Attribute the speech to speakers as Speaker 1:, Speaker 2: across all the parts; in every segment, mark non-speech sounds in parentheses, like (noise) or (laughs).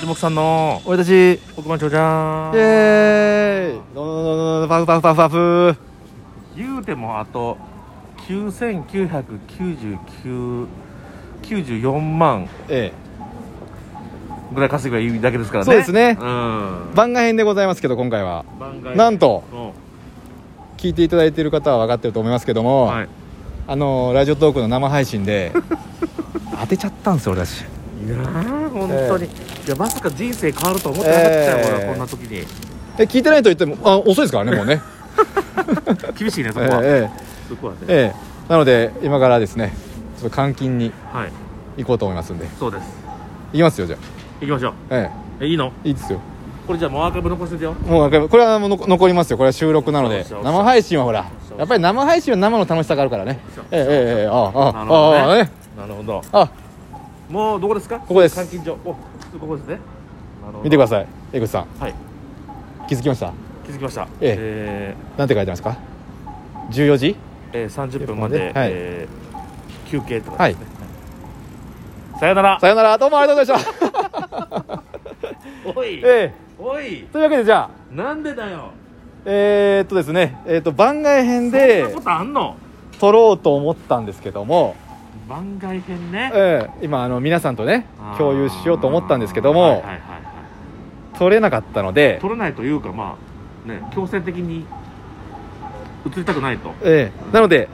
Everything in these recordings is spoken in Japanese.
Speaker 1: 樹木さんの
Speaker 2: 俺たち
Speaker 1: 億万長者
Speaker 2: イエーイどんどんどんどんパフパフパフパフ
Speaker 1: 言うてもあと9994万
Speaker 2: え
Speaker 1: ぐらい稼げばいいだけですからね
Speaker 2: そうですね
Speaker 1: うん
Speaker 2: え番外編でございますけど今回は
Speaker 1: 番外
Speaker 2: なんと
Speaker 1: うん
Speaker 2: 聞いていただいている方は分かってると思いますけども、
Speaker 1: はい
Speaker 2: あのラジオトークの生配信 (laughs) で当てちゃったんですよ俺た
Speaker 1: い
Speaker 2: ち
Speaker 1: やー本当に、いやまさか人生変わると思ってなかったよ、
Speaker 2: え
Speaker 1: 俺
Speaker 2: え
Speaker 1: はこんな時に
Speaker 2: え聞いてないと言ってもあ遅いです (laughs) からねもうね
Speaker 1: 厳しいねそ
Speaker 2: え
Speaker 1: こ
Speaker 2: え
Speaker 1: は、
Speaker 2: え
Speaker 1: そこはね
Speaker 2: え、ええなので今からですねちょっと監禁に
Speaker 1: はい
Speaker 2: 行こうと思いますんで
Speaker 1: そうです
Speaker 2: 行きますよじゃあ
Speaker 1: 行きましょう
Speaker 2: え
Speaker 1: えいいの
Speaker 2: えいいですよ
Speaker 1: これじゃあもうアーカイブ残しててよ
Speaker 2: もうなんかこれはもう残残りますよこれは収録なので
Speaker 1: そうそうそう
Speaker 2: 生配信はほら
Speaker 1: そう
Speaker 2: やっぱり生配信は生の楽しさがあるからね
Speaker 1: そうそう
Speaker 2: ええええええあああ
Speaker 1: なるほど
Speaker 2: あああ
Speaker 1: ね
Speaker 2: ね
Speaker 1: なるほど
Speaker 2: あ
Speaker 1: もうどこですかこ
Speaker 2: こです
Speaker 1: 監禁所おここですねなるほど
Speaker 2: 見てください江口さん
Speaker 1: はい
Speaker 2: 気づきました
Speaker 1: 気づきました
Speaker 2: ええ
Speaker 1: え
Speaker 2: なんて書いてますか14時
Speaker 1: ーえー、30分まで、
Speaker 2: はい
Speaker 1: えー休憩ってことですね、はい、さよなら
Speaker 2: さよならどうもありがとうございました
Speaker 1: おい、
Speaker 2: ええ
Speaker 1: おい
Speaker 2: というわけでじゃあ
Speaker 1: なんでだよ
Speaker 2: えー、っとですね、えーっと番外編で
Speaker 1: そんなことあんの
Speaker 2: 撮ろうと思ったんですけども、
Speaker 1: 番外編ね
Speaker 2: えー今あの皆さんとね
Speaker 1: あー
Speaker 2: 共有しようと思ったんですけども、
Speaker 1: はいはいはいはい
Speaker 2: 撮れなかったので、
Speaker 1: 取れないというかまあね強制的に映りたくないと
Speaker 2: えーなので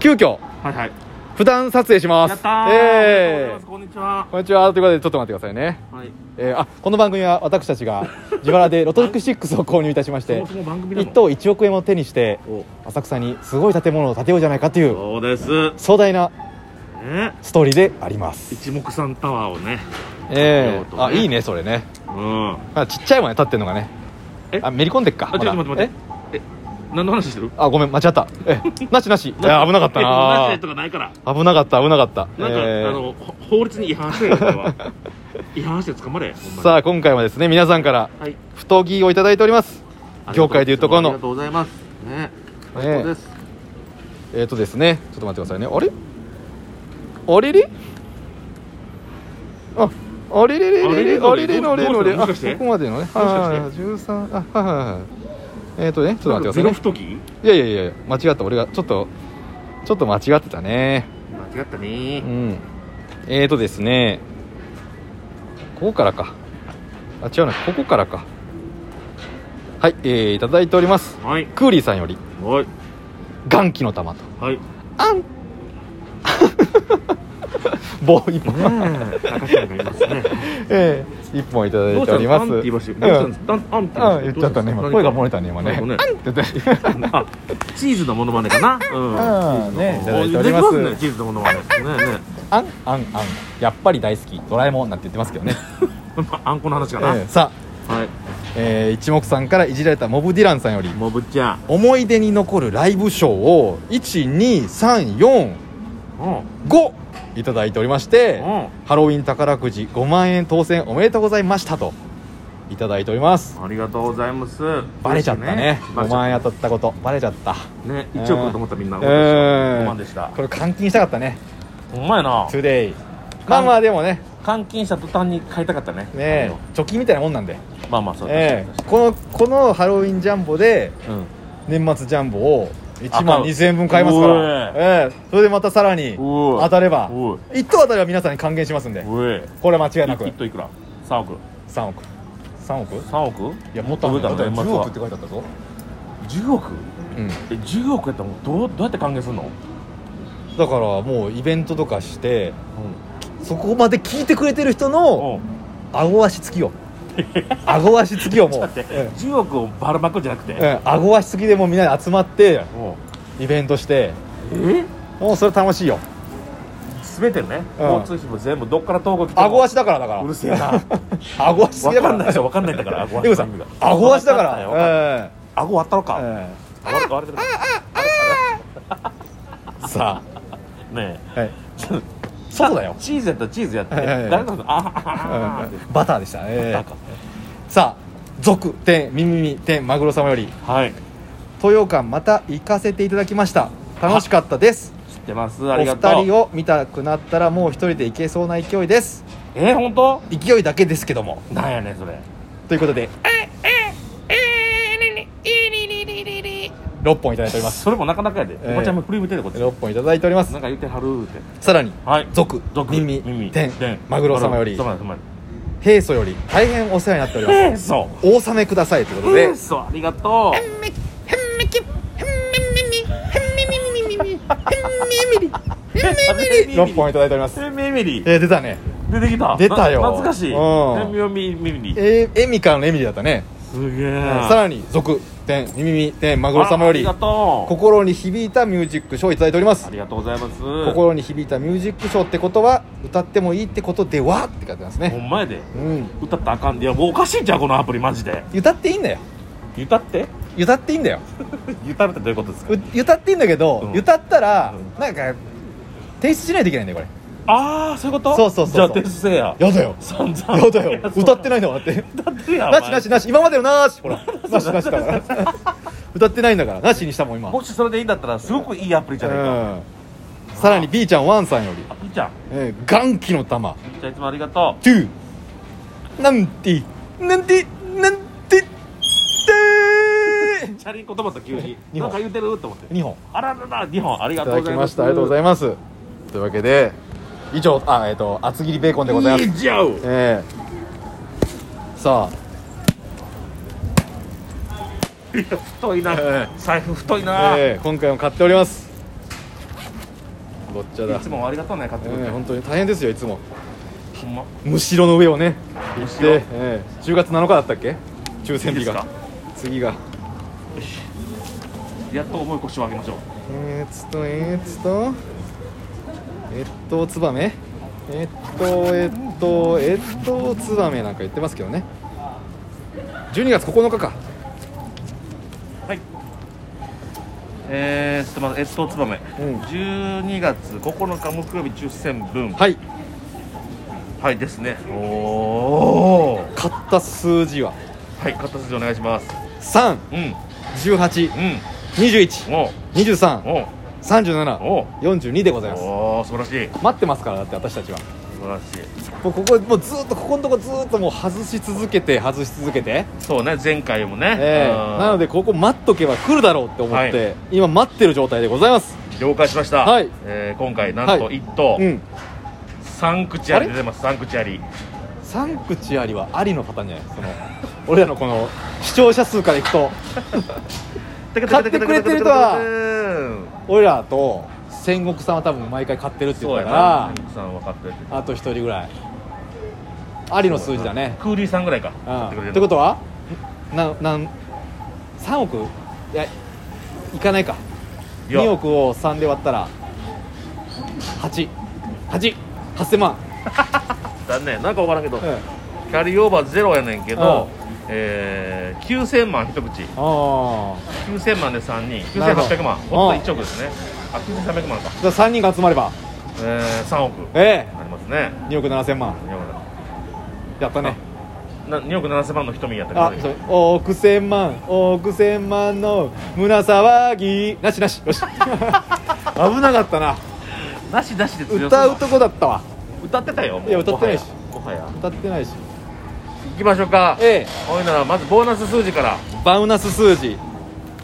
Speaker 2: 急遽
Speaker 1: はいはい
Speaker 2: 普段撮影します
Speaker 1: やったー、
Speaker 2: え
Speaker 1: ありがとうございます
Speaker 2: ー
Speaker 1: こんにちは
Speaker 2: こんにちはということでちょっと待ってくださいね、
Speaker 1: はい
Speaker 2: えーあこの番組は私たちが自腹でロト6を購入いたしまし
Speaker 1: そ
Speaker 2: て
Speaker 1: もそも番組なの
Speaker 2: 1等1億円を手にして
Speaker 1: お
Speaker 2: 浅草にすごい建物を建てようじゃないかという
Speaker 1: そうです
Speaker 2: 壮大な
Speaker 1: ね
Speaker 2: ストーリーであります
Speaker 1: 一目散タワーをね
Speaker 2: ええ
Speaker 1: なるほどね
Speaker 2: あいいねそれね
Speaker 1: うん
Speaker 2: あちっちゃいもんね立ってんのがね
Speaker 1: え
Speaker 2: あめり込んでっか
Speaker 1: あ、ちょっと
Speaker 2: ま
Speaker 1: 待
Speaker 2: だ
Speaker 1: って待って。え、何の話してる？
Speaker 2: えあごめん間違った
Speaker 1: (laughs)
Speaker 2: えなしなしいや危なかった
Speaker 1: え同
Speaker 2: な
Speaker 1: じとかないから。
Speaker 2: 危なかった危なかった
Speaker 1: なんか、
Speaker 2: ええ
Speaker 1: あのほ法律に違反してるよこれ
Speaker 2: (laughs)
Speaker 1: は。違反して捕まれ。ほんまに
Speaker 2: さあ今回はですね皆さんから
Speaker 1: はい。
Speaker 2: 太着をいただいております業界でいうところの
Speaker 1: ありがとうございます。ね。
Speaker 2: え
Speaker 1: 最高です。
Speaker 2: えっ、とですねちょっと待ってくださいねあれあれれああれれれれれ
Speaker 1: あ
Speaker 2: あ
Speaker 1: れ
Speaker 2: れ
Speaker 1: れ
Speaker 2: れ
Speaker 1: ど
Speaker 2: の
Speaker 1: う
Speaker 2: れのれ
Speaker 1: どうしたのもしか
Speaker 2: あ
Speaker 1: して
Speaker 2: ここまでのね
Speaker 1: かして
Speaker 2: はいはい13あはいはいはいえっ、とねちょっと待ってくださ
Speaker 1: ゼ
Speaker 2: い
Speaker 1: ロ
Speaker 2: ね
Speaker 1: 太き？
Speaker 2: いやいやいや間違った俺がちょっとちょっと間違ってたね
Speaker 1: 間違った
Speaker 2: う
Speaker 1: ね。
Speaker 2: んえーとですねここからかあ違うなここからかはいえー、いただいております
Speaker 1: はい。
Speaker 2: クーリーさんより
Speaker 1: はい。
Speaker 2: 元気の玉と
Speaker 1: はい。
Speaker 2: あん棒一本、
Speaker 1: ねえ、赤ちゃんがいます
Speaker 2: (laughs)
Speaker 1: ね。
Speaker 2: えー、一本いただ
Speaker 1: ど
Speaker 2: い
Speaker 1: して
Speaker 2: う
Speaker 1: た
Speaker 2: お
Speaker 1: の
Speaker 2: りま
Speaker 1: あん
Speaker 2: す
Speaker 1: って言いましたよ。
Speaker 2: う
Speaker 1: どうんしたのあんあんって
Speaker 2: あ言っちゃったね今声が漏れ
Speaker 1: た。
Speaker 2: たね今ね
Speaker 1: そうね
Speaker 2: あんって言って
Speaker 1: あ、チーズのモノマネかな。うん。
Speaker 2: あーねいただいてお
Speaker 1: で
Speaker 2: り
Speaker 1: き
Speaker 2: ま
Speaker 1: ますすね、チーズのモノマネ。ねえねえ。
Speaker 2: あんあんあんやっぱり大好きドラえもんなんて言ってますけどね、
Speaker 1: まああんこの話
Speaker 2: え
Speaker 1: かな、
Speaker 2: ーさあ
Speaker 1: はい
Speaker 2: えー一目散からいじられたモブディランさんより
Speaker 1: モブちゃん
Speaker 2: 思い出に残るライブショーを12345
Speaker 1: うん
Speaker 2: いただいておりまして
Speaker 1: うん
Speaker 2: ハロウィン宝くじ5万円当選おめでとうございましたといただいております
Speaker 1: ありがとうございます
Speaker 2: バレちゃったね
Speaker 1: バ
Speaker 2: 5
Speaker 1: レちゃ
Speaker 2: 万
Speaker 1: っ
Speaker 2: 円当たったことバレちゃった
Speaker 1: たね1億だと思ったみんな
Speaker 2: う
Speaker 1: 5万
Speaker 2: ん
Speaker 1: でした
Speaker 2: これ監禁したかったね
Speaker 1: ほんまやな
Speaker 2: today まあまあでもね
Speaker 1: 監禁した途端に買いたかったね
Speaker 2: ね貯金みたいなもんなんで、
Speaker 1: あのまあまあそうだ、
Speaker 2: ええこのこのハロウィンジャンボで
Speaker 1: 確かにうん
Speaker 2: 年末ジャンボを1万2000円分買いますから、ええそれでまたさらに
Speaker 1: うえ
Speaker 2: 当たれば
Speaker 1: う
Speaker 2: 一等当たりは皆さんに還元しますんで
Speaker 1: うえ
Speaker 2: これは間違いなく
Speaker 1: 1等いくら3億
Speaker 2: 3億3億い
Speaker 1: 3億
Speaker 2: や
Speaker 1: もっと上だ
Speaker 2: だ
Speaker 1: ね
Speaker 2: って
Speaker 1: 年末
Speaker 2: 10億っ
Speaker 1: は
Speaker 2: て書いてあったぞ
Speaker 1: 10億
Speaker 2: うん
Speaker 1: え10億やったらもうどうどうやって還元するの、
Speaker 2: だからもうイベントとかしてそこまで聞いてくれてる人の
Speaker 1: うん、
Speaker 2: 顎足つきを顎足つき
Speaker 1: (laughs)
Speaker 2: をもう
Speaker 1: だって
Speaker 2: え
Speaker 1: 10億をばらまくんじゃなくて、
Speaker 2: えええ顎足つきでもうみんなで集まって
Speaker 1: うん
Speaker 2: イベントして
Speaker 1: え
Speaker 2: もうそれ楽しいよ
Speaker 1: 全てね、
Speaker 2: うん
Speaker 1: 交通費も全部どっから東郷来ても
Speaker 2: 顎足だからだから
Speaker 1: うるせえな
Speaker 2: 顎足つ
Speaker 1: 分
Speaker 2: きだか
Speaker 1: かん
Speaker 2: ら
Speaker 1: ないでしょ分かんないんだから顎
Speaker 2: エ
Speaker 1: 足
Speaker 2: ゴ
Speaker 1: の
Speaker 2: さ
Speaker 1: 意味
Speaker 2: ん
Speaker 1: が
Speaker 2: 顎足だか
Speaker 1: 分んないよ
Speaker 2: ら
Speaker 1: 顎割ったろか、
Speaker 2: ええ
Speaker 1: 割割れてるか
Speaker 2: ええさ
Speaker 1: ね
Speaker 2: あはい
Speaker 1: えちょっと
Speaker 2: そうだよ
Speaker 1: チーズやったらチーズやって
Speaker 2: はいはいはい
Speaker 1: 誰かのああああって
Speaker 2: バターでした、え
Speaker 1: なんか
Speaker 2: ー、さあ続天みみみ天マグロ様より
Speaker 1: はい
Speaker 2: 豊館また行かせていただきました楽しかったです
Speaker 1: 知ってます
Speaker 2: お
Speaker 1: あり
Speaker 2: 二
Speaker 1: がとう
Speaker 2: 人を見たくなったらもう一人で行けそうな勢いです
Speaker 1: えー、本当
Speaker 2: 勢いだけですけども
Speaker 1: なんやねんそれ
Speaker 2: ということで6本いただいております
Speaker 1: それもなかなかやで、
Speaker 2: えー
Speaker 1: おばちゃんも振り向いてるこっち
Speaker 2: 6本いただいております
Speaker 1: なんか言ってはるって
Speaker 2: さらに
Speaker 1: はい
Speaker 2: 俗
Speaker 1: 俗
Speaker 2: 耳天マグロ様より
Speaker 1: マグロ様よ
Speaker 2: 平素より大変お世話になっており
Speaker 1: り
Speaker 2: ま
Speaker 1: えーそ
Speaker 2: すお納めくださいというこ
Speaker 1: う
Speaker 2: と
Speaker 1: え
Speaker 2: で
Speaker 1: ーそうありがとう
Speaker 2: 6本いただいております
Speaker 1: えミミリ
Speaker 2: えー出たね
Speaker 1: 出てきた
Speaker 2: 出たよ
Speaker 1: な懐かしい
Speaker 2: うん
Speaker 1: 天ミミミリ
Speaker 2: えーエミからのエミリーだったね
Speaker 1: すげえ
Speaker 2: さらに俗天耳天マグロ様より
Speaker 1: あありがとう
Speaker 2: 心に響いたミュージックショーいただいております
Speaker 1: ありがとうございます
Speaker 2: 心に響いたミュージックショーってことは歌ってもいいってことではって書いてます
Speaker 1: ほ
Speaker 2: ね
Speaker 1: んまやで
Speaker 2: うん
Speaker 1: 歌ったらあかんでいやもうおかしいんちゃうこのアプリマジで
Speaker 2: 歌っていいんだよ
Speaker 1: 歌って
Speaker 2: 歌ってい (laughs) いんだよ
Speaker 1: 歌うってどういうことですか
Speaker 2: う歌っていいんだけど、
Speaker 1: うん
Speaker 2: 歌ったら、
Speaker 1: う
Speaker 2: なんか提出しないといけないんだよこ
Speaker 1: ああそういうこと
Speaker 2: そうそうそう
Speaker 1: じゃあテストせや
Speaker 2: れやだよ
Speaker 1: 散々
Speaker 2: (laughs) やだよ歌って
Speaker 1: ない
Speaker 2: ないんだから
Speaker 1: (laughs)
Speaker 2: だっ
Speaker 1: や
Speaker 2: て
Speaker 1: そう歌ってるやん
Speaker 2: なしなし
Speaker 1: お
Speaker 2: なし今までのなし
Speaker 1: (laughs)
Speaker 2: ほらなしなしだから歌ってないんだからなしにしたもん今
Speaker 1: 前もしそれでいいんだったらすごくいいアプリじゃないか
Speaker 2: うんさらに B ちゃんワンさんより
Speaker 1: あいいじゃん
Speaker 2: えー元気の玉
Speaker 1: じゃあいつもありがと
Speaker 2: トゥーなんてなんてなんて
Speaker 1: うチャリンコ止まった急に
Speaker 2: 二
Speaker 1: な
Speaker 2: 本
Speaker 1: んか言うてると思って
Speaker 2: 2本
Speaker 1: あららら2本あり
Speaker 2: い
Speaker 1: が
Speaker 2: た
Speaker 1: とう
Speaker 2: だ
Speaker 1: ござ
Speaker 2: き
Speaker 1: い
Speaker 2: ま
Speaker 1: ま
Speaker 2: し
Speaker 1: す
Speaker 2: たありがとうございますというわけで以上あえっ、と厚切りベーコンでございます
Speaker 1: いいじゃん
Speaker 2: ええさ
Speaker 1: いや太いな、
Speaker 2: え
Speaker 1: 財布太い
Speaker 2: あ、
Speaker 1: な、
Speaker 2: ええ今回も買っておりますごっちゃだ
Speaker 1: いつもありがとうね買って
Speaker 2: え
Speaker 1: くれて、
Speaker 2: え本当に大変ですよいつも
Speaker 1: ほんま
Speaker 2: むしろの上をね行っ、
Speaker 1: むしてろ
Speaker 2: ええ10月7日だったっけ抽選
Speaker 1: いい
Speaker 2: 日
Speaker 1: です
Speaker 2: が
Speaker 1: か
Speaker 2: 次が
Speaker 1: やっと重い腰を上げましょう
Speaker 2: えー、っつとえー、っつとえっとツバメえっとえっとえっとツバメなんか言ってますけどね12月9日か
Speaker 1: はいえー、ちょっとまずえっとつばめ、
Speaker 2: ん
Speaker 1: 12月9日木曜日抽選分は
Speaker 2: はい
Speaker 1: い、ですねおお
Speaker 2: 買った数字は
Speaker 1: はい片筋お願いしますうんうん
Speaker 2: 3182123
Speaker 1: おうおうおう
Speaker 2: 3742でございます
Speaker 1: おお素晴らしい
Speaker 2: 待ってますからだって私たちは
Speaker 1: 素晴らしい
Speaker 2: もうここもうずっとここのとこずっともう外し続けて外し続けて、
Speaker 1: そうね前回もね、
Speaker 2: ええ
Speaker 1: うん
Speaker 2: なのでここ待っとけば来るだろうって思って、
Speaker 1: は
Speaker 2: 今待ってる状態でございます
Speaker 1: 了解しました、
Speaker 2: はい
Speaker 1: えー今回なんと
Speaker 2: はい
Speaker 1: 1頭、
Speaker 2: うん
Speaker 1: 三口あり出てます三口あり
Speaker 2: 3口ありはありのパターンじゃないその俺らのこの視聴者数からいくと買ってくれてるとは俺らと戦国さんは多分毎回買ってるって
Speaker 1: そ
Speaker 2: 言っ
Speaker 1: う
Speaker 2: た
Speaker 1: や
Speaker 2: か
Speaker 1: な
Speaker 2: ら
Speaker 1: 三口さん分かってる
Speaker 2: あと1人ぐらいありの数字だね
Speaker 1: クーリーさんぐらいか
Speaker 2: うん
Speaker 1: 買ってくれ
Speaker 2: って
Speaker 1: る
Speaker 2: ことはななん3億いやいかないか
Speaker 1: いや
Speaker 2: 2億を3で割ったら888000万、
Speaker 1: 残念なんか分からんけど、
Speaker 2: うん、あ
Speaker 1: キャリーオーバーゼロやねんけ
Speaker 2: う
Speaker 1: ど
Speaker 2: ん、
Speaker 1: えー、9000万一口
Speaker 2: あ
Speaker 1: 9000万で3人
Speaker 2: なるほど
Speaker 1: 9800万
Speaker 2: うん
Speaker 1: ほっと1億ですねあ9300万か、
Speaker 2: じゃあ3人が集まれば
Speaker 1: えー、3億
Speaker 2: ええ
Speaker 1: ありますね
Speaker 2: 2億7000万
Speaker 1: 2億
Speaker 2: やったね
Speaker 1: な2億7000万の瞳やったけど
Speaker 2: あ、そう、億千万、億千万の胸騒ぎ。なしなし、 (laughs) よし。危なかったな。
Speaker 1: なしなしで通用する
Speaker 2: 歌
Speaker 1: の
Speaker 2: うとこだったわ。
Speaker 1: 歌ってたよもう
Speaker 2: いや歌ってないし
Speaker 1: もはやもはや
Speaker 2: 歌ってないし。
Speaker 1: 行きましょうか
Speaker 2: ええ、
Speaker 1: ほいならまずボーナス数字から
Speaker 2: バウナス数字。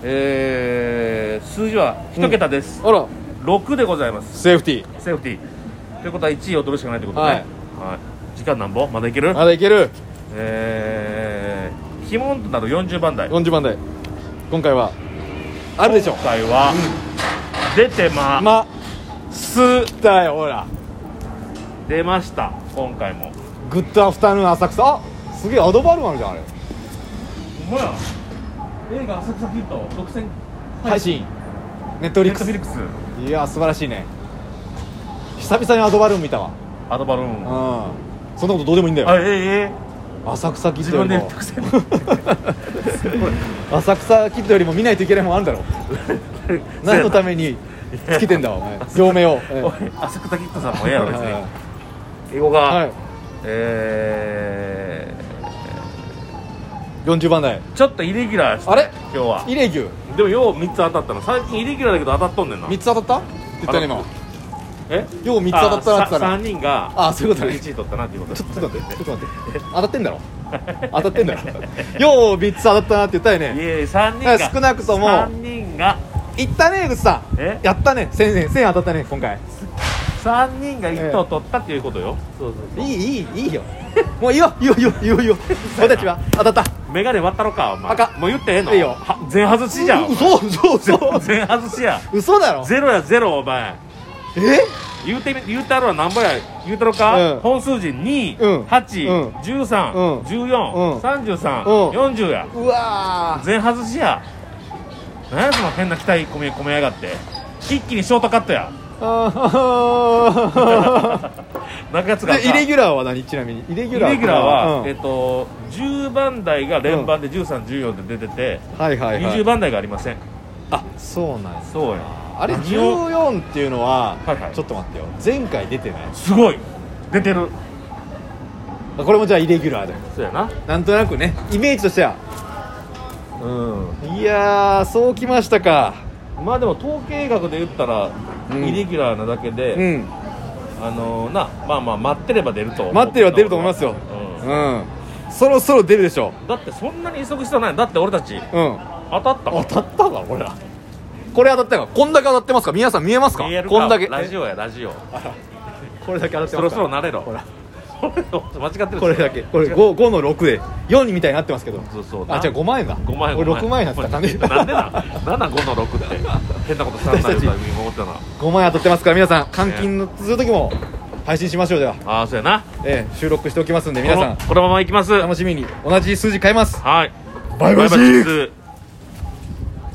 Speaker 1: えー、数字は1桁です、
Speaker 2: あら、
Speaker 1: 6でございます
Speaker 2: セーフティー。
Speaker 1: セーフティーということは1位を取るしかないってことね、
Speaker 2: は
Speaker 1: はいい時間なんぼまだいける
Speaker 2: まだいける。
Speaker 1: えー、鬼門となる40番台今
Speaker 2: 四十番台。今回は。あるでしょ
Speaker 1: 回は、出てま、
Speaker 2: ま、
Speaker 1: す
Speaker 2: だよ、ほら。
Speaker 1: 出ました今回も
Speaker 2: グッドアフタヌーン浅草。あ、すげえ、アドバルーンあるじゃん、あれ。
Speaker 1: ほや映画「浅草キッド」独占
Speaker 2: 配信。ネットフリ
Speaker 1: リッ
Speaker 2: ック
Speaker 1: ク
Speaker 2: ス
Speaker 1: スフィ。リックス
Speaker 2: いや、素晴らしいね。久々にアドバルーン見たわ。
Speaker 1: アドバルーン
Speaker 2: うん。そんなことどうでもいいんだよ。
Speaker 1: あえええ
Speaker 2: 浅草キ
Speaker 1: え
Speaker 2: ッ
Speaker 1: 自
Speaker 2: ドよ
Speaker 1: 分
Speaker 2: り
Speaker 1: で
Speaker 2: も
Speaker 1: 独占すごい
Speaker 2: (laughs) 浅草キッドよりも見ないといけないもんあるだろ何
Speaker 1: (laughs)
Speaker 2: のためにつけてんだお前両目を、ええ
Speaker 1: おい浅草キッドさんもええやろ別
Speaker 2: はい
Speaker 1: に英語が、
Speaker 2: はい
Speaker 1: え
Speaker 2: 40番台
Speaker 1: ー、ちょっとイレギュラーして
Speaker 2: あれ
Speaker 1: 今日は
Speaker 2: イレギュ
Speaker 1: でもよう3つ当たったの最近イレギュラーだけど当たっとんねんな
Speaker 2: 3つ当たったって言ったね今
Speaker 1: 当え
Speaker 2: よう3つ当たったなって言
Speaker 1: 3人
Speaker 2: ったら
Speaker 1: が
Speaker 2: あそういうことね
Speaker 1: 1位取ったなっていうこと
Speaker 2: ちょっと待ってちょっと待って当たってんだろ当たってんだろよう3つ当たったなって言ったよ
Speaker 1: い
Speaker 2: ね
Speaker 1: えいえ3人
Speaker 2: だ
Speaker 1: が
Speaker 2: から少なくとも
Speaker 1: 3人が
Speaker 2: いったねグッチさん
Speaker 1: え
Speaker 2: やったね1000円1000円当たったね今回
Speaker 1: 3人が1等取ったっていうことよ、そうそう
Speaker 2: いいいいいいよもういいよいいよいいよいいよいいよ俺たちは当たった
Speaker 1: メガネ割ったろかお前
Speaker 2: あかん
Speaker 1: もう言ってええの
Speaker 2: ええよ
Speaker 1: は全外しじゃんお前
Speaker 2: 嘘嘘嘘
Speaker 1: 全外しや
Speaker 2: 嘘だろ
Speaker 1: ゼロやゼロお前
Speaker 2: え
Speaker 1: 言うてみ言うたろはなんぼや言うたろか、
Speaker 2: うん
Speaker 1: 本数字2、
Speaker 2: うん
Speaker 1: 8、
Speaker 2: うん
Speaker 1: 13、
Speaker 2: うん
Speaker 1: 14、
Speaker 2: うん
Speaker 1: 33、
Speaker 2: うん
Speaker 1: 40や
Speaker 2: うわ
Speaker 1: (laughs) 全外しや何やその変な期待込め込めやがって一気にショートカットや
Speaker 2: ーあ
Speaker 1: (laughs) 中やつ
Speaker 2: ー
Speaker 1: が
Speaker 2: でイレギュラーは何ちなみにイレギ
Speaker 1: イ
Speaker 2: ュラー
Speaker 1: レギュラーは、
Speaker 2: うん
Speaker 1: えっと、10番台が連番で1314で出てて、
Speaker 2: はいはいは
Speaker 1: 20
Speaker 2: い
Speaker 1: 番台がありません
Speaker 2: あそうなんです
Speaker 1: そうや
Speaker 2: あれ
Speaker 1: 何を
Speaker 2: 14っていうのは、
Speaker 1: はいはい
Speaker 2: ちょっと待ってよ前回出てない
Speaker 1: すごい出てる
Speaker 2: これもじゃあイレギュラーで
Speaker 1: そうやな
Speaker 2: なんとなくねイメージとしては
Speaker 1: うん
Speaker 2: いやーそうきましたか
Speaker 1: まあでも統計学で言ったら、
Speaker 2: うん
Speaker 1: イレギュラーなだけで、
Speaker 2: うん
Speaker 1: あのなまあまあ待ってれば出ると思う
Speaker 2: 待ってれば出ると思いますよ
Speaker 1: う
Speaker 2: うんそろそろ出るでしょ
Speaker 1: んだってそんなに急ぐ必要ないだって俺たち
Speaker 2: ううん
Speaker 1: 当たったもん
Speaker 2: 当たったわこれこれ当たったかこんだけ当たってますか皆さん見えますか
Speaker 1: 見えるか
Speaker 2: こんだけ
Speaker 1: ラジオやラジオ
Speaker 2: これだけ当たって
Speaker 1: そ
Speaker 2: ま
Speaker 1: ろ
Speaker 2: す
Speaker 1: そ
Speaker 2: か
Speaker 1: ろ
Speaker 2: ら
Speaker 1: 慣れろ (laughs)
Speaker 2: ほら
Speaker 1: ほら間違ってる
Speaker 2: これだけこれ
Speaker 1: 違う
Speaker 2: 5, 5の6で4みたいになってますけど
Speaker 1: そうそう
Speaker 2: あじゃあ5万円だ
Speaker 1: 5万円
Speaker 2: これ6万円だったかね
Speaker 1: (laughs) なんでな75の6って変なことさんないよとは思ってたな
Speaker 2: 5万円当たってますから皆さん換金する時も配信しましょうでは、
Speaker 1: ああそうやな
Speaker 2: ええ収録しておきますんで皆さん
Speaker 1: このこのままいきます
Speaker 2: 楽しみに同じ数字変えます
Speaker 1: はい
Speaker 2: バイバイシックス
Speaker 1: ス